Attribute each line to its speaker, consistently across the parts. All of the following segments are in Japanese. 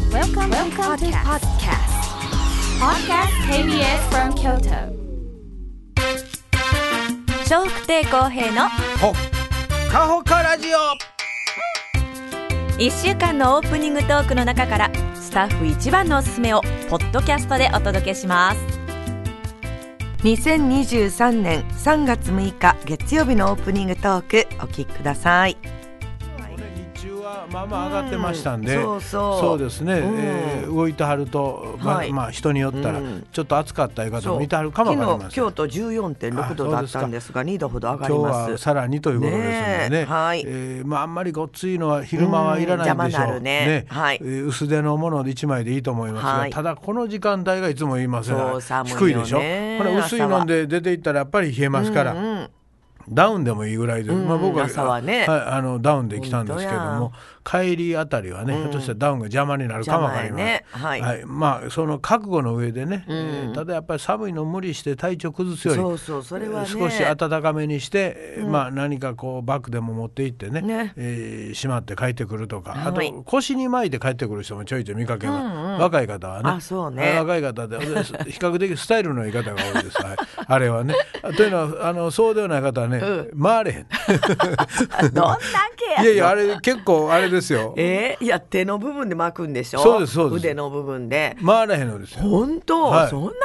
Speaker 1: Welcome to
Speaker 2: Welcome, to podcast.
Speaker 1: Podcast KBS from Kyoto.
Speaker 2: 笑福亭公平の
Speaker 3: ほっかほかラジオ
Speaker 2: 1週間のオープニングトークの中からスタッフ一番のおすすめをポッドキャストでお届けします
Speaker 4: 2023年3月6日月曜日のオープニングトークお聞きください
Speaker 3: 日中はまあまあ上がってましたんで、
Speaker 4: そうそう
Speaker 3: そうですね、
Speaker 4: うん
Speaker 3: えー動いてはると、ま
Speaker 4: はい
Speaker 3: まあ人によったら
Speaker 4: うん
Speaker 3: ちょっと暑かったいう方
Speaker 4: そ
Speaker 3: も
Speaker 4: う
Speaker 3: 見てはるかもわかり
Speaker 4: 昨
Speaker 3: ま
Speaker 4: 日
Speaker 3: せん
Speaker 4: 京都14.6度だったんですが2度ほど上が
Speaker 3: 今
Speaker 4: り
Speaker 3: 日
Speaker 4: ます
Speaker 3: はさらにということですのでね
Speaker 4: ねえはい
Speaker 3: えーまあ、あんまりごっついのは昼間はいらないんでしょう
Speaker 4: うん邪魔なるねはい
Speaker 3: えー薄手のもので1枚でいいと思いますが、
Speaker 4: はい
Speaker 3: ただこの時間帯がいつも言います
Speaker 4: そう
Speaker 3: が
Speaker 4: 寒いよ
Speaker 3: 低
Speaker 4: ね
Speaker 3: いでしょこれ薄いので出ていったらやっぱり冷えますから、
Speaker 4: うん
Speaker 3: ダウンでもいいぐらいで、まあ、僕は
Speaker 4: 朝はね
Speaker 3: はい、あのダウンで来たんですけども
Speaker 4: 本
Speaker 3: 帰りあたりはね、ひょっとしたらダウンが邪魔になるかもわかりません、
Speaker 4: 邪魔やねはい
Speaker 3: まあその覚悟の上でね、えーただやっぱり寒いの無理して体調崩すより
Speaker 4: そうそうそれはね
Speaker 3: えー少し暖かめにして、えーまあ、何かこうバッグでも持って行ってね
Speaker 4: ね
Speaker 3: えーしまって帰ってくるとか、あ
Speaker 4: はい
Speaker 3: と腰に巻いて帰ってくる人もちょいちょい見かけます、若い方はね
Speaker 4: あそうね
Speaker 3: あ若い方で比較的スタイルのいい方が多いです、はい、 あれはね。というのはあのそうではない方はね、回 れへん。
Speaker 4: どんだけ
Speaker 3: いやいやあれ結構あれですよ。
Speaker 4: えー、いや手の部分で巻くんでしょ
Speaker 3: そうですそうです
Speaker 4: 腕の部分で
Speaker 3: 回れへんのですよ。
Speaker 4: 本当、
Speaker 3: はい
Speaker 4: そんな太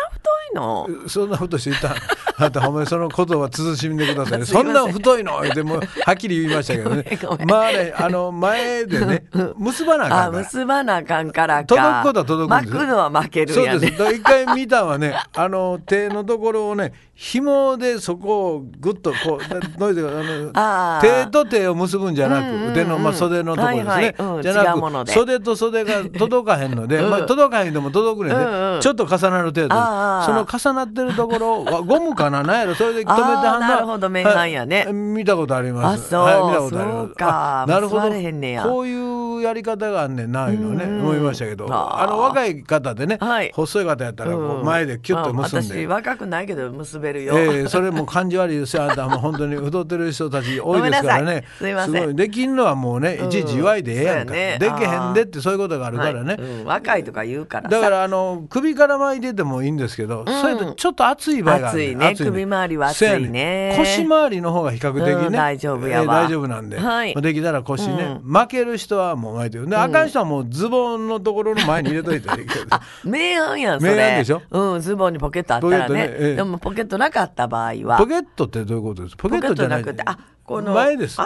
Speaker 4: いの
Speaker 3: そんなことしてい た。あなたお前そのことは慎んでくださいね。そんな太いの言ってもうはっきり言いましたけどね
Speaker 4: ごめん ごめ。ん
Speaker 3: 回れあの前でね結ばなあか
Speaker 4: あ
Speaker 3: んから。
Speaker 4: 結ばなあかんからか
Speaker 3: 届くことは届くんですよ
Speaker 4: 巻くのは巻けるん
Speaker 3: そ
Speaker 4: や
Speaker 3: うです。
Speaker 4: ね
Speaker 3: だから一回見たんは ね、あの手のところをね、紐でそこをぐっと こう、などういうかあの
Speaker 4: あー
Speaker 3: 手と手を結ぶんじゃなく、
Speaker 4: うんうんうん
Speaker 3: 腕のまあ袖のところですね、
Speaker 4: はいはいうん
Speaker 3: じゃ
Speaker 4: 違うも
Speaker 3: な
Speaker 4: の
Speaker 3: く
Speaker 4: で
Speaker 3: 袖と袖 が届かへんので、
Speaker 4: うん
Speaker 3: まあ届かへんでも届くねんで、
Speaker 4: うんうん
Speaker 3: ちょっと重なる程度です
Speaker 4: あー
Speaker 3: その重なってるところをわゴムかな、なんやろ、それで止めてはん
Speaker 4: あーなるほど面談やね
Speaker 3: はい見たことあります。
Speaker 4: あそう
Speaker 3: はい、見たことあります。
Speaker 4: そうか
Speaker 3: あなるほど。
Speaker 4: 結ばれへんねや
Speaker 3: こういうやり方があんねんないうのね、
Speaker 4: うんうん
Speaker 3: 思いましたけど、
Speaker 4: あー
Speaker 3: あの若い方でね、
Speaker 4: はい
Speaker 3: 細い方やったらこ
Speaker 4: う
Speaker 3: うん前でキュッと結んで、
Speaker 4: まあ私若くないけど結べるよ、
Speaker 3: ええそれも感じ悪いですよあなたはもう本当に太ってる人たち多いですからね
Speaker 4: ごめんなさいすいません
Speaker 3: ごいできんのはもうねいちいち祝いでええやんか、
Speaker 4: そうやね
Speaker 3: できへんでってそういうことがあるからね、
Speaker 4: はいうん若いとか言うからさ
Speaker 3: だからあの首から巻いててもいいんですけど、それとちょっと熱い場合がある
Speaker 4: 熱いね首周りは熱い
Speaker 3: せ
Speaker 4: ね
Speaker 3: や腰周りの方が比較的ね、
Speaker 4: うん大丈夫やわ
Speaker 3: えー大丈夫なんで、
Speaker 4: はい
Speaker 3: まあできたら腰ね、負ける人はもう巻いてるで、あかん人はもうズボンのところの前に入れといていいけ ど
Speaker 4: 明暗やんそれ
Speaker 3: 明暗でしょ
Speaker 4: うんズボンにポケットあったら
Speaker 3: ポケ
Speaker 4: ね
Speaker 3: ットねええ
Speaker 4: でもポケットなかった場合は
Speaker 3: ポケットってどういうことですポケットじゃない
Speaker 4: ポケットなくてあこの
Speaker 3: 前です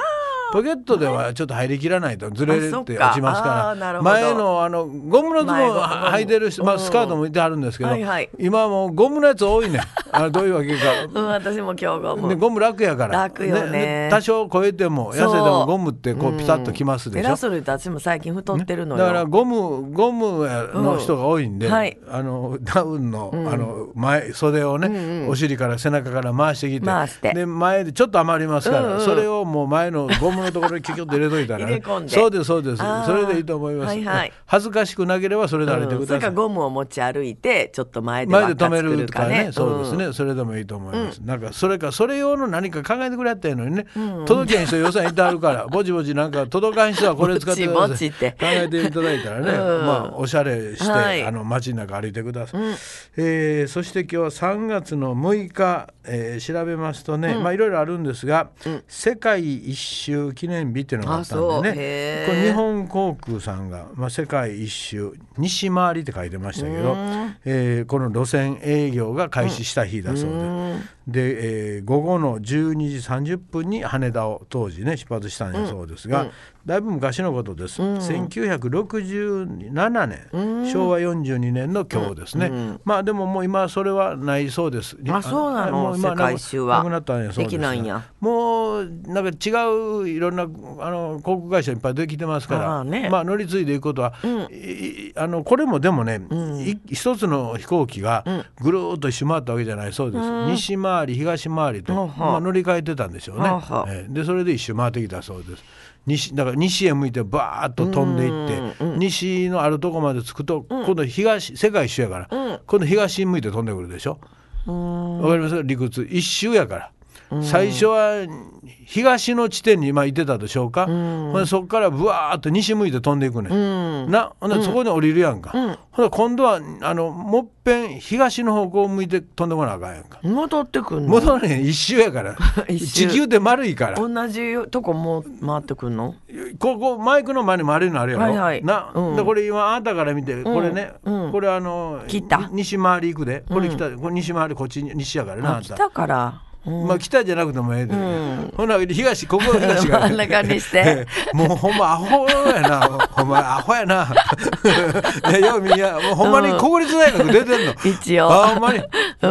Speaker 3: ポケットではちょっと入りきらないとずれて
Speaker 4: あそ
Speaker 3: 落
Speaker 4: っか
Speaker 3: ちますか
Speaker 4: あーな
Speaker 3: ら
Speaker 4: るほど
Speaker 3: 前のあのゴムのズボン
Speaker 4: 前の
Speaker 3: は履いてる人、まあ、
Speaker 4: うん
Speaker 3: スカートもいてあるんですけど、
Speaker 4: はいはい
Speaker 3: 今はもうゴムのやつ多 いねあどういうわけか
Speaker 4: うん私も今日ゴム、
Speaker 3: ね、ゴム楽やから
Speaker 4: 楽よね
Speaker 3: 多少超えても痩せてもゴムってこうピタッときますでし
Speaker 4: テ
Speaker 3: ょ、
Speaker 4: ラソルって私も最近太ってるの
Speaker 3: だ
Speaker 4: よ、
Speaker 3: からゴムゴムの人が多いんで、
Speaker 4: うんはい
Speaker 3: あのダウンの,、あの前袖をね、お尻から背中から回してきて
Speaker 4: 回して
Speaker 3: で前でちょっと余りますから、
Speaker 4: うんうん
Speaker 3: それをもう前のゴムのところにキュキュッと入れといたら、ね、
Speaker 4: 入れ込んで
Speaker 3: そうですそうです
Speaker 4: あー
Speaker 3: それでいいと思います、
Speaker 4: はいはい
Speaker 3: 恥ずかしくなければそれで歩いて
Speaker 4: う
Speaker 3: く
Speaker 4: んそ
Speaker 3: だ
Speaker 4: れか
Speaker 3: さい、
Speaker 4: らゴムを持ち歩いてちょっと前で
Speaker 3: 前で
Speaker 4: 輪っか
Speaker 3: 止め
Speaker 4: 作
Speaker 3: る
Speaker 4: る
Speaker 3: と
Speaker 4: か
Speaker 3: かね
Speaker 4: ね
Speaker 3: そうですね、それでもいいと思います、なんかそれかそれ用の何か考えてくれやったらいいのにね、届けへん人予算いてあるからぼちぼちなんか届かん人はこれ使ってください
Speaker 4: ぼちぼちって
Speaker 3: 考えていただいたらね、
Speaker 4: うん
Speaker 3: まあおしゃれして、
Speaker 4: はい
Speaker 3: あの街の中歩いてください、えーそして今日は3月の6日、えー調べますとね、まあいろいろあるんですが、世界一周記念日っていうのがあったん
Speaker 4: あそう
Speaker 3: でね
Speaker 4: へー
Speaker 3: これ日本航空さんが、まあ、世界一周西回りって書いてましたけど、えーこの路線営業が開始した日だそうで、で、えー午後の12時30分に羽田を当時ね出発したんやそうですが、だいぶ昔のことです、1967年、昭和42年の今日ですね、まあでももう今それはないそうです
Speaker 4: あそうなの
Speaker 3: も今
Speaker 4: 世界一周は
Speaker 3: なくなったんやそうです
Speaker 4: できないんや
Speaker 3: もうなんか違ういろんなあの航空会社いっぱいできてますから
Speaker 4: あーね
Speaker 3: まあ、乗り継いでいくことは、いいあのこれもでもね、い一つの飛行機がぐるーっと一周回ったわけじゃないそうです、西回り東回りと、
Speaker 4: はは
Speaker 3: まあ、乗り換えてたんでしょうね、
Speaker 4: はは
Speaker 3: ええでそれで一周回ってきたそうです西だから西へ向いてバーッと飛んでいって、西のあるとこまで着くと、今度東世界一周やから、今度東に向いて飛んでくるでしょわかります陸通一周やから最初は東の地点に今いてたでしょうか、ほんでそこからぶわーっと西向いて飛んでいくね、ん、なほんでそこに降りるやんか、ほんで今度はあのもっぺん東の方向を向いて飛んでこなあかんやんか、
Speaker 4: 戻ってくんの
Speaker 3: 戻らへん一周やから
Speaker 4: 一周
Speaker 3: 地球って丸いから
Speaker 4: 同じとこも回ってくんの
Speaker 3: ここマイクの前に丸いのあるやろ、
Speaker 4: はいはい
Speaker 3: な、
Speaker 4: うん
Speaker 3: でこれ今あなたから見てこれね、
Speaker 4: うん
Speaker 3: これあの
Speaker 4: 北
Speaker 3: 西回り行くでこれ北、これ西回りこっちに西やからなあ
Speaker 4: あ
Speaker 3: ん
Speaker 4: 来
Speaker 3: た
Speaker 4: たから、うん
Speaker 3: まあ北じゃなくてもええで、ほな東ここの東が
Speaker 4: 真ん中にして
Speaker 3: もうほんまアホやなほんまアホやな いやようみんなもうほんまに国立大学出てんの、
Speaker 4: 一応
Speaker 3: あほんまに、
Speaker 4: うん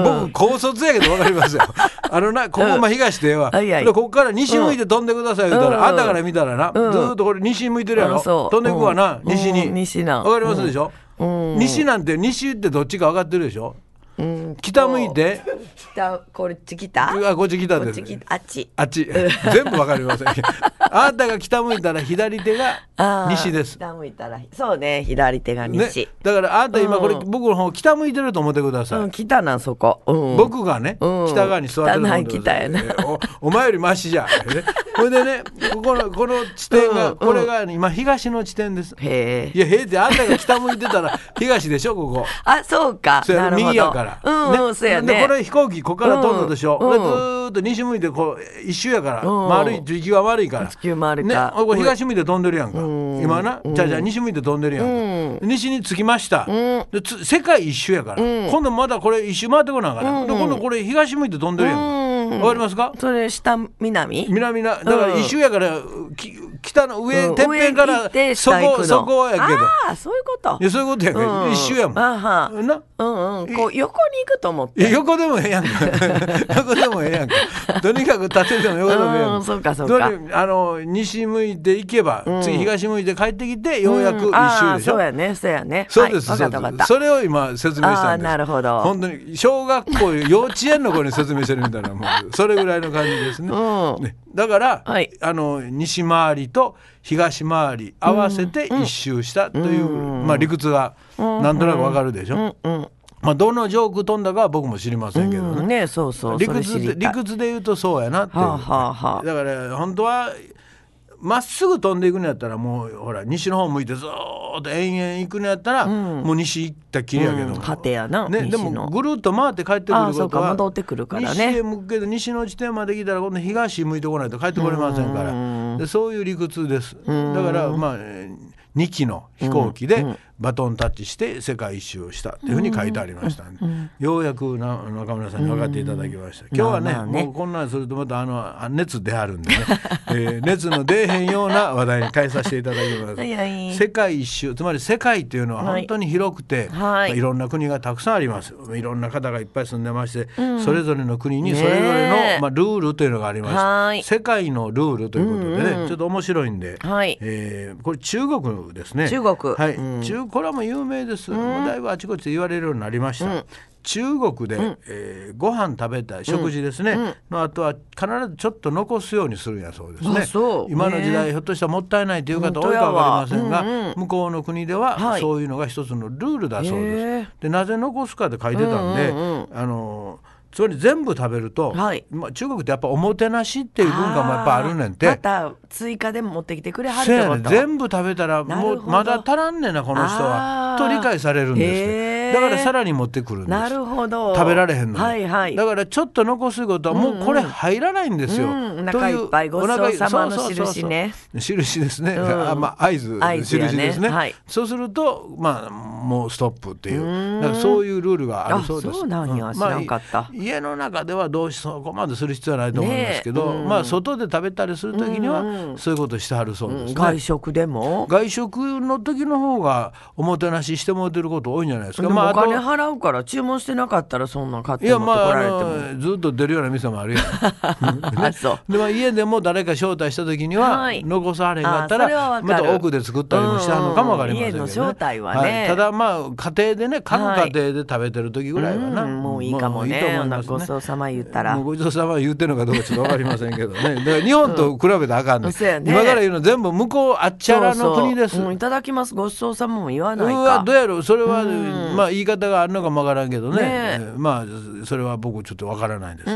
Speaker 3: 僕高卒やけど分かりますよ あのなここまあ東でええわ、
Speaker 4: はいはい
Speaker 3: でここから西向いて飛んでください言うたら、
Speaker 4: うん
Speaker 3: あんたから見たらな、
Speaker 4: うん
Speaker 3: ずーっとこれ西向いてるやろ、
Speaker 4: うんそう
Speaker 3: 飛んでくわな、
Speaker 4: うん
Speaker 3: 西に、
Speaker 4: うん西な
Speaker 3: 分かりますでしょ、
Speaker 4: うん
Speaker 3: 西なんて西ってどっちか分かってるでしょ
Speaker 4: うん
Speaker 3: 北向いて
Speaker 4: 北こっち来た
Speaker 3: あこっち北
Speaker 4: こ
Speaker 3: で
Speaker 4: っ
Speaker 3: す
Speaker 4: ち来たあっち
Speaker 3: あっち全部わかりませんあなたが北向いたら左手
Speaker 4: あ
Speaker 3: が
Speaker 4: ー
Speaker 3: 西です
Speaker 4: 北向いたらそうね左手が
Speaker 3: ね
Speaker 4: 西、、
Speaker 3: だからあなた今これ、
Speaker 4: うん
Speaker 3: 僕の方北向いてると思ってください、
Speaker 4: うん北なんそこ、うん、
Speaker 3: 僕がね、
Speaker 4: うん
Speaker 3: 北側に座ってる
Speaker 4: 北な
Speaker 3: の
Speaker 4: ん北やな
Speaker 3: おお前よりマシじゃん、ね、ほいでねここのこの地点が、
Speaker 4: うん
Speaker 3: これが今東の地点です
Speaker 4: へ
Speaker 3: い
Speaker 4: え
Speaker 3: や平ってあんたが北向いてたら東でしょここ
Speaker 4: あそうか
Speaker 3: そや
Speaker 4: なるほど
Speaker 3: 右やから、
Speaker 4: うん、うん、そうやね
Speaker 3: でこれ飛行機ここから飛んだでしょ、
Speaker 4: うん
Speaker 3: でずーっと西向いてこう一周やから、
Speaker 4: うん
Speaker 3: 丸い地球は丸いから
Speaker 4: 地球丸か
Speaker 3: ね、これ東向いて飛んでるやんか、
Speaker 4: うん
Speaker 3: 今なじゃあじゃあ西向いて飛んでるやんか、西に着きました、でつ世界一周やから、今度まだこれ一周回ってこなあから、で今度これ東向いて飛んでるやんかわ、かりますか
Speaker 4: それ下南
Speaker 3: 南なだから一周やから、き北の上、てっぺんか
Speaker 4: 上行
Speaker 3: ら
Speaker 4: って
Speaker 3: そ
Speaker 4: 下行く
Speaker 3: こ
Speaker 4: の
Speaker 3: そこやけど
Speaker 4: ああそういうこと
Speaker 3: いやそういうことやから、
Speaker 4: うん
Speaker 3: 一周やもん、
Speaker 4: あは
Speaker 3: な
Speaker 4: うんうんこう横に行くと思っ
Speaker 3: いや
Speaker 4: て
Speaker 3: 横でもええや んか横でもええやんかとにかく縦でも横でもええやんか
Speaker 4: うんそうかそうか
Speaker 3: とにあの西向いていけば、次東向いて帰ってきてようやく一
Speaker 4: んあ
Speaker 3: 周
Speaker 4: あ
Speaker 3: でしょ、
Speaker 4: そうやねそうやね
Speaker 3: そうです、
Speaker 4: はい、
Speaker 3: そ
Speaker 4: わ
Speaker 3: う
Speaker 4: かったわかっ
Speaker 3: で
Speaker 4: た
Speaker 3: すそれを今説明したんです
Speaker 4: あーなるほど
Speaker 3: 本当に小学 校幼稚園の子に説明してるみたいなもうそれぐらいの感じですね,、
Speaker 4: うん
Speaker 3: ねだから、
Speaker 4: はい
Speaker 3: あの西回りと東回り合わせて一周したという、まあ、理屈がなんとなくわかるでしょ、まあ、どのジョーク飛んだかは僕も知りませんけどね、
Speaker 4: うんねそうそう
Speaker 3: 理
Speaker 4: それ知
Speaker 3: 屈
Speaker 4: りた
Speaker 3: で
Speaker 4: い
Speaker 3: 理屈で言うとそうやなっていう、
Speaker 4: はあはあはあ
Speaker 3: だから本当はまっすぐ飛んでいくのやったらもうほら西の方向いてずーっと延々行くのやったら、もう西行ったきりやけども、
Speaker 4: うん果てやな
Speaker 3: ね、で
Speaker 4: 西の
Speaker 3: もぐるっと回って帰ってくる
Speaker 4: あそ
Speaker 3: こ
Speaker 4: う
Speaker 3: と
Speaker 4: か
Speaker 3: は
Speaker 4: 戻ってくるからね
Speaker 3: 西へ向けて西の地点まで来たら今度東向いてこないと帰ってこれませんからでそういう理屈ですだからまあ2機の飛行機でバトンタッチして世界一周をしたというふうに書いてありましたんでようやくな中村さんに分かっていただきました今日はね
Speaker 4: まあまあね
Speaker 3: もうこんなんするとまたあのあ熱出あるん でねえー熱の出えへんような話題に変えさせていただきます
Speaker 4: はいはい
Speaker 3: 世界一周つまり世界というのは本当に広くて
Speaker 4: はい
Speaker 3: まあ
Speaker 4: はい
Speaker 3: いろんな国がたくさんありますいろんな方がいっぱい住んでまして、それぞれの国にそれぞれの、
Speaker 4: ねえ
Speaker 3: まあ、ルールというのがありま
Speaker 4: は
Speaker 3: し
Speaker 4: い
Speaker 3: て世界のルールということでね、ちょっと面白いんで、
Speaker 4: はい
Speaker 3: えーこれ中国ですね
Speaker 4: 中国
Speaker 3: はい、
Speaker 4: う
Speaker 3: 中これはもう有名です、もうだいぶあちこちで言われるようになりました、中国で、えーご飯食べたい食事ですね、のあとは必ずちょっと残すようにするんやそうですね
Speaker 4: あそう
Speaker 3: 今の時代、
Speaker 4: ね
Speaker 3: ひょっとしたらもったいないという方多いかわかりませんが、向こうの国では、
Speaker 4: はい
Speaker 3: そういうのが一つのルールだそうです、
Speaker 4: へえ
Speaker 3: でなぜ残すかって書いてたんで、あのつまり全部食べると、
Speaker 4: はい
Speaker 3: まあ、中国ってやっぱおもてなしっていう文化もやっぱあるねんて。
Speaker 4: また追加で持ってきてくれはる
Speaker 3: せ
Speaker 4: って
Speaker 3: や
Speaker 4: こ
Speaker 3: ねん
Speaker 4: と
Speaker 3: 全部食べたらも
Speaker 4: なる
Speaker 3: う
Speaker 4: ほど
Speaker 3: まだ足らんねんなこの人は
Speaker 4: あー
Speaker 3: と理解されるんですって
Speaker 4: へー
Speaker 3: だからさらに持ってくるんです
Speaker 4: なるほど
Speaker 3: 食べられへんのに、
Speaker 4: はいはい
Speaker 3: だからちょっと残すことはもうこれ入らないんですよ、
Speaker 4: うんうん
Speaker 3: とう
Speaker 4: お腹いっぱいごちそうさまの
Speaker 3: お腹い
Speaker 4: 印ね
Speaker 3: そうそうそう印ですね、
Speaker 4: ん
Speaker 3: あまあ合図
Speaker 4: 合図やね
Speaker 3: 印ですね、
Speaker 4: はい
Speaker 3: そうするとまあもうストップっていうだからそういうルールがあるそうです
Speaker 4: あそうなんや
Speaker 3: う
Speaker 4: 知らんかった
Speaker 3: まあ、家の中ではどうしそこまでする必要はないと思いますけど、
Speaker 4: ねえうん
Speaker 3: まあ外で食べたりする時にはそういうことしてはるそうですね、
Speaker 4: 外食でも
Speaker 3: 外食の時の方がおもてなししてもらってること多いんじゃないです
Speaker 4: で
Speaker 3: か。
Speaker 4: もお
Speaker 3: あと
Speaker 4: 金払うから注文してなかったらそんなん買っ
Speaker 3: い
Speaker 4: て持
Speaker 3: や
Speaker 4: って
Speaker 3: ま
Speaker 4: こられても、
Speaker 3: ああのずっと出るような店もあ るやん
Speaker 4: あそう
Speaker 3: でまあ家でも誰か招待した時には、
Speaker 4: はい
Speaker 3: 残されへんかった
Speaker 4: あそれは
Speaker 3: ら
Speaker 4: わ
Speaker 3: ま
Speaker 4: かる
Speaker 3: た奥で作ったりもしたのかもわかりませんけど、ね
Speaker 4: うんうん家の招待はね
Speaker 3: いただまあ家庭でね各家庭で食べてる時ぐらいはな、
Speaker 4: うんもういいかもね
Speaker 3: いいと思います
Speaker 4: ごちそうさま言ったら
Speaker 3: もうごちそうさま言ってるのかどうかちょっとわかりませんけどねだから日本と比べたらあかんね,、
Speaker 4: うんそうやね
Speaker 3: 今から言うの全部向こうあっちゃらの国です
Speaker 4: そうそううんいただきますごちそうさまも言わないうか
Speaker 3: わどうやろうそれは、まあ言い方があるのかもわからんけどね
Speaker 4: ねえ
Speaker 3: えーまあそれは僕ちょっとわからないです、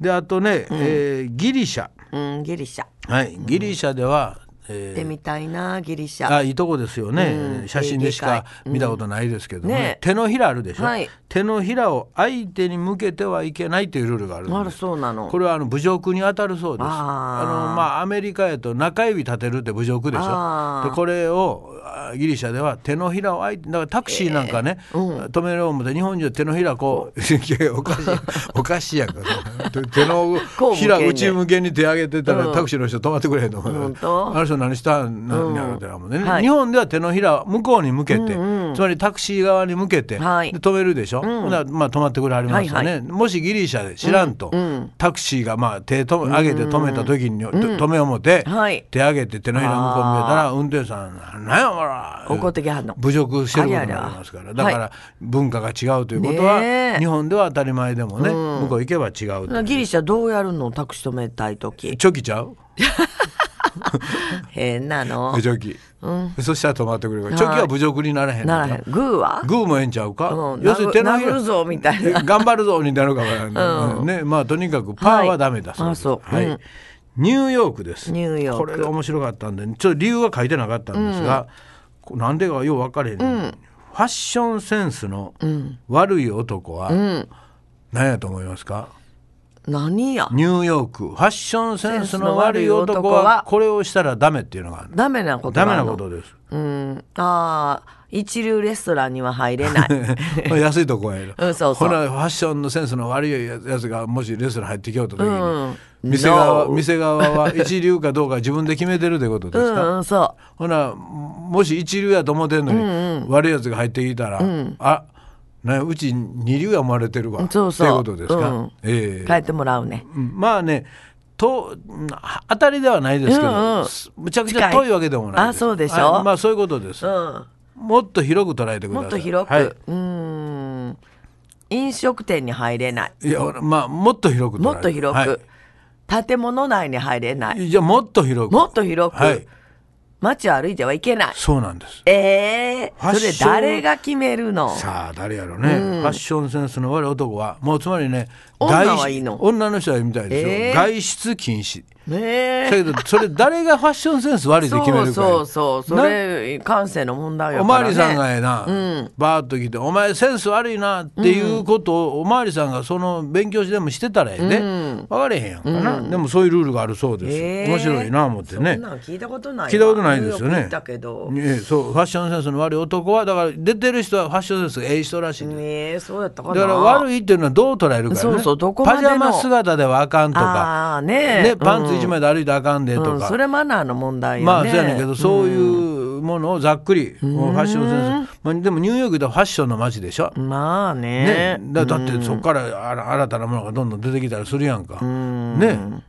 Speaker 3: であとね、えーギリシャ、
Speaker 4: うん、ギリシャ。行
Speaker 3: はい、ギリシャでは、え
Speaker 4: っ
Speaker 3: ー
Speaker 4: てみたいな、ギリシャ。
Speaker 3: あいいとこですよね、写真でしか見たことないですけどね,、
Speaker 4: ねえ
Speaker 3: 手のひらあるでしょ、
Speaker 4: はい
Speaker 3: 手のひらを相手に向けてはいけないというルールがあるん
Speaker 4: あ
Speaker 3: で
Speaker 4: る
Speaker 3: す
Speaker 4: そうなの。
Speaker 3: これはあの侮辱に当たるそうです
Speaker 4: あ
Speaker 3: あ
Speaker 4: ー
Speaker 3: の、まあ、アメリカやと中指立てるって侮辱でし
Speaker 4: あ
Speaker 3: ょ
Speaker 4: ー
Speaker 3: でこれをあギリシャでは手のひらを相手だからタクシーなんかね、止めよう思って日本人は手のひらこういやおかしい おかしいやんかそれ手の
Speaker 4: こう向け
Speaker 3: ひ
Speaker 4: んね
Speaker 3: ら内向けに手上げてたら、
Speaker 4: うん
Speaker 3: タクシーの人止まってくれへんと思う
Speaker 4: 本当
Speaker 3: あの人何したんなんやろってなもんね、
Speaker 4: うんはい
Speaker 3: 日本では手のひら向こうに向けて、
Speaker 4: うんうん
Speaker 3: つまりタクシー側に向けて、
Speaker 4: はい
Speaker 3: で止めるでしょ、ほんならまあ、止まってくれはりますよね、
Speaker 4: はいはい
Speaker 3: もしギリシャで知らんと、
Speaker 4: うん
Speaker 3: タクシーがまあ手と上げて止めた時に、と止めを持て、
Speaker 4: はい
Speaker 3: 手上げて手のひら向こう向けたら運転手さん「何やお前ら」
Speaker 4: 怒ってきはんの
Speaker 3: 侮辱してること
Speaker 4: あ
Speaker 3: に
Speaker 4: りゃ
Speaker 3: な
Speaker 4: りゃ
Speaker 3: りますからだから、
Speaker 4: は
Speaker 3: 文化が違うということは、
Speaker 4: ねえ
Speaker 3: 日本では当たり前でもね、
Speaker 4: うん
Speaker 3: 向こう行けば違うという
Speaker 4: ギリシャどうやるのタクシー止めたいとき。
Speaker 3: チョキちゃう
Speaker 4: 変なの
Speaker 3: チ。ョキ、
Speaker 4: うん。
Speaker 3: そしたら止まってくれるから
Speaker 4: は
Speaker 3: チ
Speaker 4: い
Speaker 3: ョキは侮辱にならへんのか
Speaker 4: な
Speaker 3: ら
Speaker 4: へん。グーは
Speaker 3: グーもええんちゃうか、
Speaker 4: うん
Speaker 3: 要するに手のひ
Speaker 4: 殴
Speaker 3: ら
Speaker 4: るぞみたい な
Speaker 3: 頑張るぞになるかもわからんね
Speaker 4: うん
Speaker 3: ねまあとにかくパーはダメだそうです、
Speaker 4: はいあそう
Speaker 3: はい
Speaker 4: うん
Speaker 3: ニューヨークです
Speaker 4: ニューヨーク
Speaker 3: これが面白かったんでちょっと理由は書いてなかったんですが、こなんでかよう分かれへん、ファッションセンスの悪い男は何やと思いますか、
Speaker 4: 何や
Speaker 3: ニューヨークファッションセンスの悪い
Speaker 4: センス
Speaker 3: 男
Speaker 4: の悪い男は
Speaker 3: はこれをしたらダメっていうのがある
Speaker 4: ダメなこと
Speaker 3: ダメ
Speaker 4: あ
Speaker 3: な
Speaker 4: るの
Speaker 3: ことです
Speaker 4: うんああ一流レストランには入れない
Speaker 3: まあ安いとこやろ、
Speaker 4: うんそうそう
Speaker 3: ほなファッションのセンスの悪いやつがもしレストラン入ってきようと時に、
Speaker 4: うん
Speaker 3: 店側
Speaker 4: No
Speaker 3: 店側は一流かどうか自分で決めてるってことで
Speaker 4: う
Speaker 3: すか、
Speaker 4: んうんそ
Speaker 3: ほなもし一流やと思ってんのに、悪いやつが入ってきたら、あなうち二流や思われてるわ
Speaker 4: そうそう
Speaker 3: っていうことですか、
Speaker 4: うん
Speaker 3: ええ
Speaker 4: う変えてもらうね
Speaker 3: まあねとあ当たりではないですけど、
Speaker 4: うんうん
Speaker 3: すむちゃくちゃ遠いわけでもない
Speaker 4: 近いあそうでしょ
Speaker 3: はいまあそういうことです、
Speaker 4: うん
Speaker 3: もっと広く捉えてください
Speaker 4: もっと広く、
Speaker 3: はいう
Speaker 4: ーん飲食店に入れない
Speaker 3: いやまあもっと広く捉える
Speaker 4: もっと広く、
Speaker 3: は
Speaker 4: 建物内に入れない
Speaker 3: い、じゃあもっと広く
Speaker 4: もっと広く、
Speaker 3: はい
Speaker 4: 街を歩いてはいけない
Speaker 3: そうなんです
Speaker 4: え
Speaker 3: ファ
Speaker 4: ー、
Speaker 3: ッ
Speaker 4: そ
Speaker 3: ショ
Speaker 4: れ
Speaker 3: ン
Speaker 4: 誰が決めるの
Speaker 3: さあ誰やろうね、ファッションセンスの悪い男はもうつまりね
Speaker 4: 女
Speaker 3: 外
Speaker 4: は
Speaker 3: 出
Speaker 4: いいの
Speaker 3: 女の人はいいみたいですよ、
Speaker 4: えー
Speaker 3: 外出禁止
Speaker 4: ね
Speaker 3: だ
Speaker 4: え
Speaker 3: けどそれ誰がファッションセンス悪いって
Speaker 4: そ
Speaker 3: 決め
Speaker 4: う
Speaker 3: るか
Speaker 4: そうそうそ
Speaker 3: な
Speaker 4: れ感性の問題や
Speaker 3: お
Speaker 4: か
Speaker 3: ま
Speaker 4: ら、
Speaker 3: わ
Speaker 4: ね、
Speaker 3: りさんがええな、バーッと来て「お前センス悪いな」っていうことをおまわりさんがその勉強しでもしてたらええね、分かれへんやんかな、でもそういうルールがあるそうです、
Speaker 4: えー
Speaker 3: 面白いな思ってね
Speaker 4: そんなん聞いたことないわ
Speaker 3: 聞いたことないですよね
Speaker 4: く聞いたけど
Speaker 3: ええそうファッションセンスの悪い男はだから出てる人はファッションセンスがええ人らしいんです
Speaker 4: ええそうやったか
Speaker 3: だ
Speaker 4: な
Speaker 3: から悪いっていうのはどう捉えるかね
Speaker 4: そうそうどこま
Speaker 3: パ
Speaker 4: で
Speaker 3: ジ
Speaker 4: の
Speaker 3: ャマ姿ではあかんとか、
Speaker 4: ああね
Speaker 3: ね、パンツ一枚
Speaker 4: だ
Speaker 3: で歩いてあかんでとか、
Speaker 4: うんそれマナーの問題よね
Speaker 3: まあそうやねんけどそういうものをざっくり、もうファッションセンス、まあ、でもニューヨークではファッションの街でしょ、
Speaker 4: まあ
Speaker 3: ね
Speaker 4: ね、
Speaker 3: だだってそこからあら新たなものがどんどん出てきたりするやんか、ね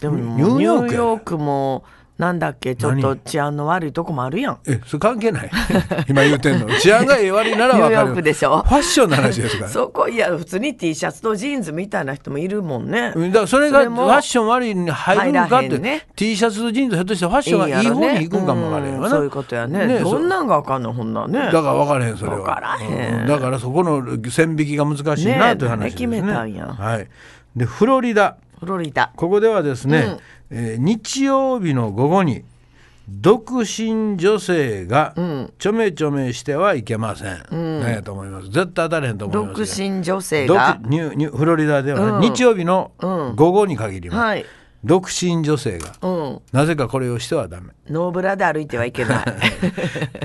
Speaker 4: でも
Speaker 3: ニュー
Speaker 4: ニ
Speaker 3: ヨー
Speaker 4: ュ
Speaker 3: ク
Speaker 4: ーヨークもなんだっけちょっと治安の悪いとこもあるやん
Speaker 3: えそれ関係ない 今言うてんの治安がええ悪いなら
Speaker 4: ニュ
Speaker 3: わ
Speaker 4: ーヨ
Speaker 3: か
Speaker 4: ー
Speaker 3: る
Speaker 4: クでしょ
Speaker 3: ファッションの話ですから
Speaker 4: そこいや普通に T シャツとジーンズみたいな人もいるもんね、
Speaker 3: だからそれがフ
Speaker 4: それも
Speaker 3: ァッション悪いに入るのかっ
Speaker 4: 入らへ
Speaker 3: て、
Speaker 4: んね
Speaker 3: T シャツとジーンズひょっとしたらファッションがいい方に行くんかもわからへんわ
Speaker 4: うん
Speaker 3: な、
Speaker 4: そういうことやねどんなんがあかんのほんなんね
Speaker 3: だから分からへんそれは
Speaker 4: 分からへん
Speaker 3: うだからそこの線引きが難しいなという話ですね
Speaker 4: ねえ決めたんや
Speaker 3: はい、でフロリダ
Speaker 4: フロリダ
Speaker 3: ここではですね、えー日曜日の午後に独身女性がちょめちょめしてはいけません、何やと思います絶対当たれへんと思います
Speaker 4: 独
Speaker 3: よ
Speaker 4: 身女性が
Speaker 3: 独ニュニュフロリダではね、
Speaker 4: うん
Speaker 3: 日曜日の午後に限ります、
Speaker 4: はい、
Speaker 3: 独身女性が
Speaker 4: うん、
Speaker 3: なぜかこれをしてはダメ
Speaker 4: ノーブラで歩いてはいけ ない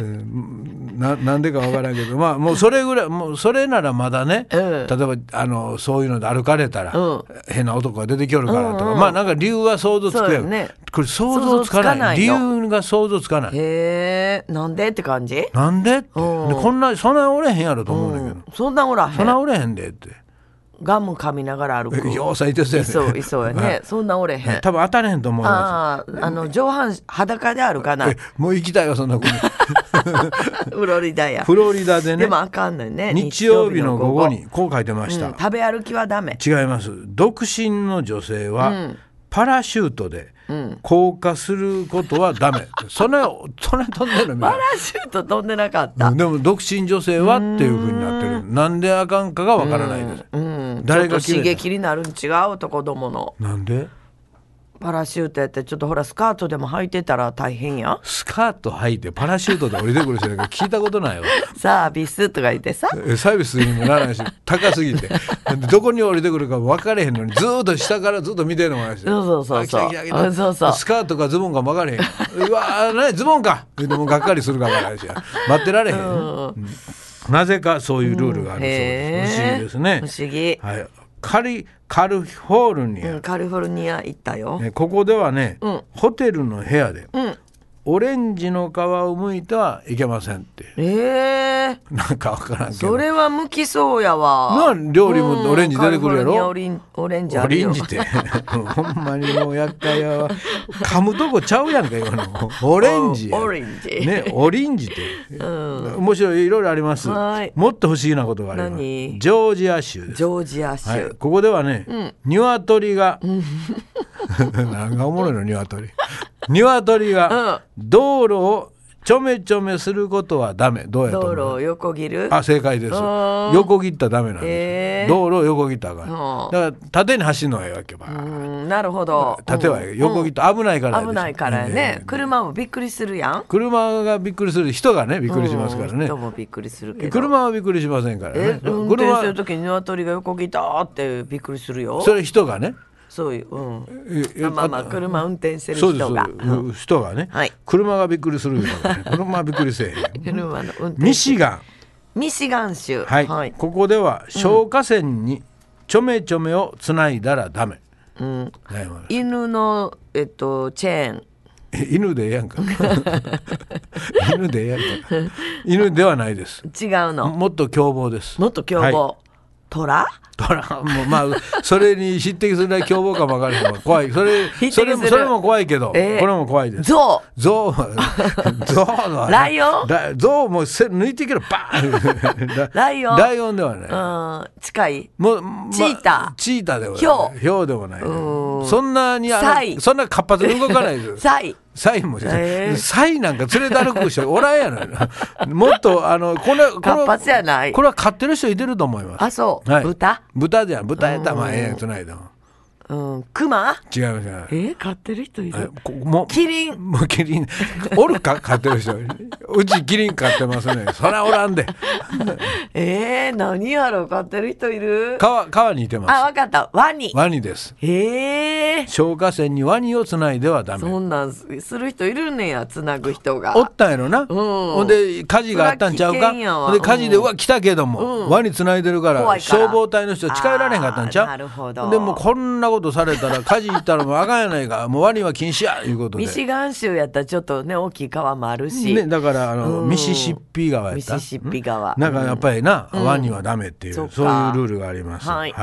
Speaker 3: ななんでかわからんけどまあもうそれぐらいもうそれならまだね、
Speaker 4: うん
Speaker 3: 例えばあのそういうので歩かれたら、
Speaker 4: うん
Speaker 3: 変な男が出てきよるからとか、
Speaker 4: うんうん
Speaker 3: まあなんか理由は想像つくや
Speaker 4: そ
Speaker 3: ん、
Speaker 4: うやね
Speaker 3: これ想像つかない理
Speaker 4: 想像つかない
Speaker 3: 由が想像つかない
Speaker 4: へえなんでって感じ
Speaker 3: なんでって、
Speaker 4: うん
Speaker 3: でこんなそんなおれへんやろと思うんだけど、
Speaker 4: そんなおらへ
Speaker 3: そんなんおれへんでって
Speaker 4: ガム噛みながら歩く
Speaker 3: えよう最低ですよ
Speaker 4: いそういそうや
Speaker 3: は
Speaker 4: ねそんなおれへん
Speaker 3: い多分当たれへんと思います
Speaker 4: あああの上半身裸で歩かな
Speaker 3: え
Speaker 4: い
Speaker 3: もう行きたいわそんな国
Speaker 4: フロリダや
Speaker 3: フロリダでね
Speaker 4: でもあかんのよね
Speaker 3: 日曜日の午後にこう書いてました、
Speaker 4: うん食べ歩きはダメ
Speaker 3: 違います独身の女性はパラシュートで降下することはダメ、 それそれ飛んでるの
Speaker 4: パラシュート飛んでなかった
Speaker 3: でも独身女性はっていうふうになってるなんであかんかがわからないです、
Speaker 4: うんうん、ちょ
Speaker 3: 誰
Speaker 4: っ
Speaker 3: が
Speaker 4: と
Speaker 3: 決め
Speaker 4: 刺
Speaker 3: た
Speaker 4: 激になるん違うと子供の
Speaker 3: なんで
Speaker 4: パラシュートやってちょっとほらスカートでも履いてたら大変や
Speaker 3: スカート履いてパラシュートで降りてくる人なんか聞いたことないわ
Speaker 4: サービスとか言ってさ
Speaker 3: えサービスにもな らないし高すぎてどこに降りてくるか分かれへんのにずーっと下からずっと見てるのもあるし
Speaker 4: そうそうそうそう
Speaker 3: あ来た来た来た
Speaker 4: そうそう
Speaker 3: スカートかズボンか分かれへんうわー何ズボンかでもがっかりするか分からないし待ってられへん、うんなぜかそういうルールがあるそうです、
Speaker 4: へー
Speaker 3: 不思議です
Speaker 4: 不
Speaker 3: ね
Speaker 4: 思議、
Speaker 3: はい、カリカルフォルニア、
Speaker 4: うん、カリフォルニア行ったよ、
Speaker 3: ねここではね、
Speaker 4: ん
Speaker 3: ホテルの部屋で、
Speaker 4: うん
Speaker 3: オレンジの皮を剥いてはいけませんって
Speaker 4: ええ
Speaker 3: なんかわからんけど
Speaker 4: それは向きそうやわ
Speaker 3: な料理もオレンジ出てくるやろ
Speaker 4: うんカリフォルニアオレンオレンジあ
Speaker 3: オ
Speaker 4: る
Speaker 3: レ
Speaker 4: よ
Speaker 3: ンジって ほんまにもう厄介やわ噛むとこちゃうやんか今のオレンジや
Speaker 4: おオレンジ
Speaker 3: ねオレンジって、面白いいろいろあります
Speaker 4: はい
Speaker 3: もっと不思議なことがありますジ
Speaker 4: 何
Speaker 3: ョージア州です
Speaker 4: ジョージア州、
Speaker 3: はい、ここではね、鶏 がなんかおもろいの鶏鶏が道路をちょめちょめすることはダメどうやと
Speaker 4: 道
Speaker 3: 思う
Speaker 4: 路を横切る
Speaker 3: あ正解です
Speaker 4: ー
Speaker 3: 横切ったらダメなんです、
Speaker 4: えー
Speaker 3: 道路を横切ったらあ
Speaker 4: う
Speaker 3: かんだ
Speaker 4: ん
Speaker 3: から縦に走るのはええわけば、
Speaker 4: うんなるほど
Speaker 3: 縦はええ横切った危ないからやで
Speaker 4: 危ないからやね、
Speaker 3: ええ
Speaker 4: 車もびっくりするやん
Speaker 3: 車がびっくりする人がねびっくりしますから
Speaker 4: うん
Speaker 3: ね
Speaker 4: 人もびっくりするけど
Speaker 3: 車はびっくりしませんからね
Speaker 4: え運転
Speaker 3: 車
Speaker 4: してる時に鶏が横切ったってびっくりするよ
Speaker 3: それ人がね
Speaker 4: そういううん
Speaker 3: ええ
Speaker 4: まあまあ車運転してる
Speaker 3: そうですそう
Speaker 4: 人が
Speaker 3: ですう人がね、
Speaker 4: はい
Speaker 3: 車がびっくりするいうのがね 車はびっくりせえへん
Speaker 4: 車の運転
Speaker 3: ミシガン、
Speaker 4: ミシガン州
Speaker 3: はいここでは消火栓にちょめちょめをつないだらダメ、
Speaker 4: うん
Speaker 3: はいまあ
Speaker 4: 犬のえっとチェーン
Speaker 3: え 犬でええやんか犬でええやんか犬ではないです
Speaker 4: 違うの
Speaker 3: もっと凶暴です
Speaker 4: もっと凶
Speaker 3: はい
Speaker 4: 暴虎
Speaker 3: トラもうまあそれに匹敵するぐらい凶暴かも分かるけど怖いそれ
Speaker 4: 敵す
Speaker 3: そ
Speaker 4: る
Speaker 3: れもそれも怖いけど、
Speaker 4: ええ
Speaker 3: これも怖いです
Speaker 4: 象
Speaker 3: ゾウはゾウは
Speaker 4: ライオン
Speaker 3: ラゾウもせ抜いていけばバーン
Speaker 4: ライオン
Speaker 3: ライオンではない、
Speaker 4: うん近い
Speaker 3: もうま
Speaker 4: チーター
Speaker 3: チーターでもない
Speaker 4: ヒョウ
Speaker 3: ヒョウでもない
Speaker 4: うん
Speaker 3: そんなにあの
Speaker 4: サイ
Speaker 3: そんな活発に動かないです
Speaker 4: サイ
Speaker 3: サイもじゃない、
Speaker 4: えー
Speaker 3: サイなんか連れて歩く人おらんやろもっとあのこ れこれ
Speaker 4: 活発やない
Speaker 3: これは飼ってる人いてると思います
Speaker 4: あそう
Speaker 3: はい
Speaker 4: 豚
Speaker 3: 豚じゃん豚やったらまあええやんつないでも
Speaker 4: うんクマ
Speaker 3: 違いますよ
Speaker 4: えー飼ってる人い
Speaker 3: え
Speaker 4: る
Speaker 3: こもう
Speaker 4: キリン
Speaker 3: もうキリンおるか飼ってる人うちキリン飼ってますねそらおらんで
Speaker 4: えー何やろ飼ってる人いる
Speaker 3: 川川にいて
Speaker 4: あ
Speaker 3: ま
Speaker 4: わかったワニ
Speaker 3: すワニです
Speaker 4: ええ
Speaker 3: 消火栓にワニをつないではダメ
Speaker 4: そんなんすする人いるねやつなぐ人が
Speaker 3: おったんやろな、ほんで火事があったんちゃう
Speaker 4: そら
Speaker 3: か
Speaker 4: 危険やわ
Speaker 3: ほんで火事で、
Speaker 4: う
Speaker 3: うんわ来たけども、輪につないでるから
Speaker 4: 怖いから
Speaker 3: 消防隊の人近寄られへんかったんちゃう
Speaker 4: あーなるほど
Speaker 3: でもうこんなことされ たら火事行ったらもうあかんやないかもうワニは禁止やいうことで
Speaker 4: ミシガン州やったらちょっとね大きい川もあるし、
Speaker 3: ね、だからあの、
Speaker 4: うん
Speaker 3: ミシシッピ川やっ
Speaker 4: ミ
Speaker 3: た
Speaker 4: シシッピ川
Speaker 3: なんかやっぱりな、ワニはダメっていう、
Speaker 4: そうか
Speaker 3: そういうルールがあります。
Speaker 4: はい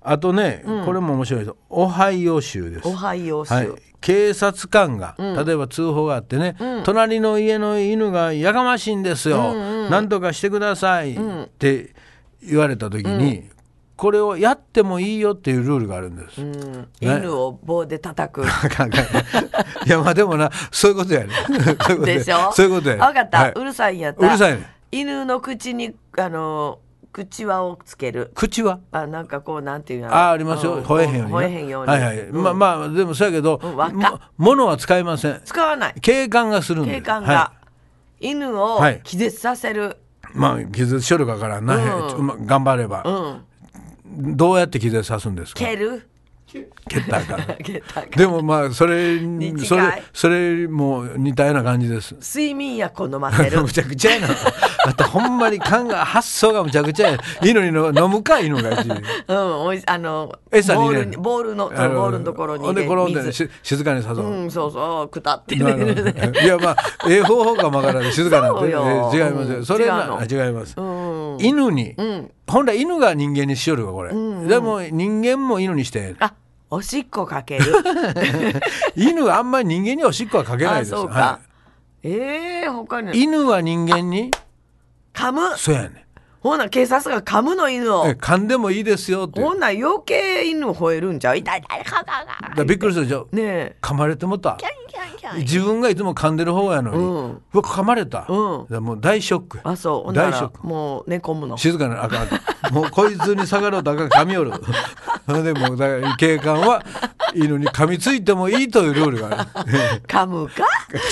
Speaker 3: あとね、これも面白いです。オハイオ州です。
Speaker 4: オハイオ州
Speaker 3: はい、警察官が、例えば通報があってね、隣の家の犬がやかましいんですよ、なんとかしてくださいって言われた時に、これをやってもいいよっていうルールがあるんです。
Speaker 4: うん犬を棒で叩く
Speaker 3: あかんあかんいやまあでもなそういうことやねそういうことや
Speaker 4: でしょ
Speaker 3: そういうことやね
Speaker 4: 分かった、
Speaker 3: はいう
Speaker 4: るさいんやった
Speaker 3: うるさいね
Speaker 4: 犬の口にあの口輪をつける
Speaker 3: 口は
Speaker 4: あなんかこうなんていうの
Speaker 3: あありますよ、
Speaker 4: うん
Speaker 3: 吠えへんようにな
Speaker 4: 吠えへんように
Speaker 3: はいはい、
Speaker 4: うん
Speaker 3: まあまあでもそうやけど、
Speaker 4: うん輪っか
Speaker 3: も物は使いません
Speaker 4: 使わない
Speaker 3: 警官がするんで
Speaker 4: 警官が、
Speaker 3: は
Speaker 4: 犬を
Speaker 3: はい
Speaker 4: 気絶させる、
Speaker 3: い、まあ気絶しょるかわからんな、
Speaker 4: うん
Speaker 3: まあ頑張れ
Speaker 4: う
Speaker 3: ば、
Speaker 4: ん
Speaker 3: どうやって気絶さすんですか
Speaker 4: 蹴る
Speaker 3: 蹴ったらあか ん
Speaker 4: 蹴ったか
Speaker 3: でもまあそれ
Speaker 4: 違い
Speaker 3: それそれも似たような感じです
Speaker 4: 睡眠薬を飲ませ る
Speaker 3: むちゃくちゃやなまたほんまに考え発想がむちゃくちゃや犬にの飲むか犬が 一時
Speaker 4: うん、おいあの
Speaker 3: 餌に
Speaker 4: ボ
Speaker 3: 入れ
Speaker 4: ー
Speaker 3: る
Speaker 4: ルボールのボ
Speaker 3: あ
Speaker 4: ールのところに
Speaker 3: ほん
Speaker 4: 入
Speaker 3: で
Speaker 4: れ
Speaker 3: 転んで
Speaker 4: 水
Speaker 3: し静かに誘う、
Speaker 4: うんそうそうく たって
Speaker 3: なるほ
Speaker 4: ね
Speaker 3: どいやまあええ方法かもわからない静かなん
Speaker 4: そう
Speaker 3: で、え
Speaker 4: よ
Speaker 3: ー違います
Speaker 4: うん
Speaker 3: よそれ
Speaker 4: 違う
Speaker 3: な
Speaker 4: の
Speaker 3: あ違います、
Speaker 4: うん
Speaker 3: 犬に、本来犬が人間にしよるわこれ、でも人間も犬にして
Speaker 4: あおしっこかける
Speaker 3: 犬はあんまり人間におしっこは かけない
Speaker 4: あ
Speaker 3: です
Speaker 4: そうか、
Speaker 3: は
Speaker 4: えー、他
Speaker 3: い
Speaker 4: に
Speaker 3: 犬は人間に
Speaker 4: 噛む
Speaker 3: そうやね
Speaker 4: ほな警察が噛むの犬を
Speaker 3: え噛んでもいいですよって
Speaker 4: ほな余計犬吠えるんちゃう痛い痛いかか
Speaker 3: だ
Speaker 4: か
Speaker 3: からびっくりするじゃん
Speaker 4: ねえ
Speaker 3: 噛まれてもった
Speaker 4: キャンキャンキャン
Speaker 3: 自分がいつも噛んでる方やのに、
Speaker 4: う
Speaker 3: うんわ噛まれた、
Speaker 4: うん
Speaker 3: だからもう大ショック
Speaker 4: あそうほんな
Speaker 3: 大ショッ
Speaker 4: ら
Speaker 3: ク
Speaker 4: もう寝込むの
Speaker 3: 静かなあかんあかんもうこいつに下がろうとあかん噛みおる それでもうだから警官は犬に噛みついてもいいというルールがある
Speaker 4: 噛むか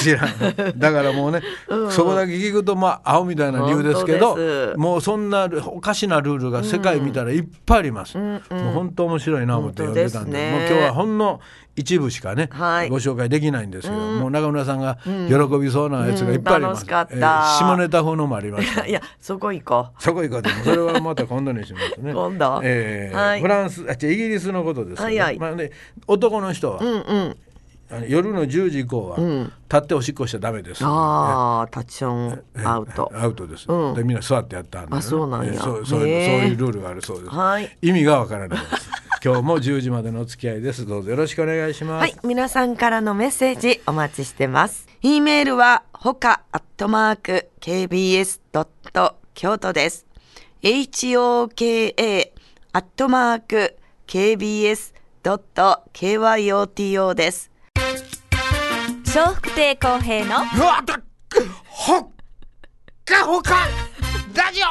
Speaker 3: 知らんだからもうね、そこだけ聞くとまあ青みたいな理由ですけ
Speaker 4: 本当で
Speaker 3: ど
Speaker 4: す
Speaker 3: もうそんなおかしなルールが世界見たらいっぱいあります、もう本当面白いな思って読んでたんで
Speaker 4: 本当ですね
Speaker 3: もう今日はほんの一部しかね、
Speaker 4: はい
Speaker 3: ご紹介できないんですけど、もう中村さんが喜びそうなやつがいっぱいあります、
Speaker 4: うん楽しかった
Speaker 3: 下ネタ風のもありました
Speaker 4: いやそこ行こ
Speaker 3: そこ行こうでもそれはまた今度にしますね
Speaker 4: 今度
Speaker 3: えー
Speaker 4: はい
Speaker 3: フランスあ違うイギリスのことですけど、
Speaker 4: はいはい
Speaker 3: まあね、男の人は、
Speaker 4: ううんうん
Speaker 3: あの夜の10時以降は、立っておしっこしちゃダメです
Speaker 4: ああタッチションアウト
Speaker 3: アウトです、
Speaker 4: うん
Speaker 3: でみんな座ってやったんで、
Speaker 4: あそうなんや
Speaker 3: えーそうそう
Speaker 4: へー
Speaker 3: そういうルールがあるそうです、
Speaker 4: はい
Speaker 3: 意味がわからないです今日も10時までのお付き合いですどうぞよろしくお願いします、
Speaker 4: はい、皆さんからのメッセージお待ちしてます。e メールはほかアットマーク kbs ドット京都です。h o k a アットマーク kbs ドット k y o t o です。
Speaker 2: 笑福亭公平の
Speaker 3: うわだっほっかほかラジオ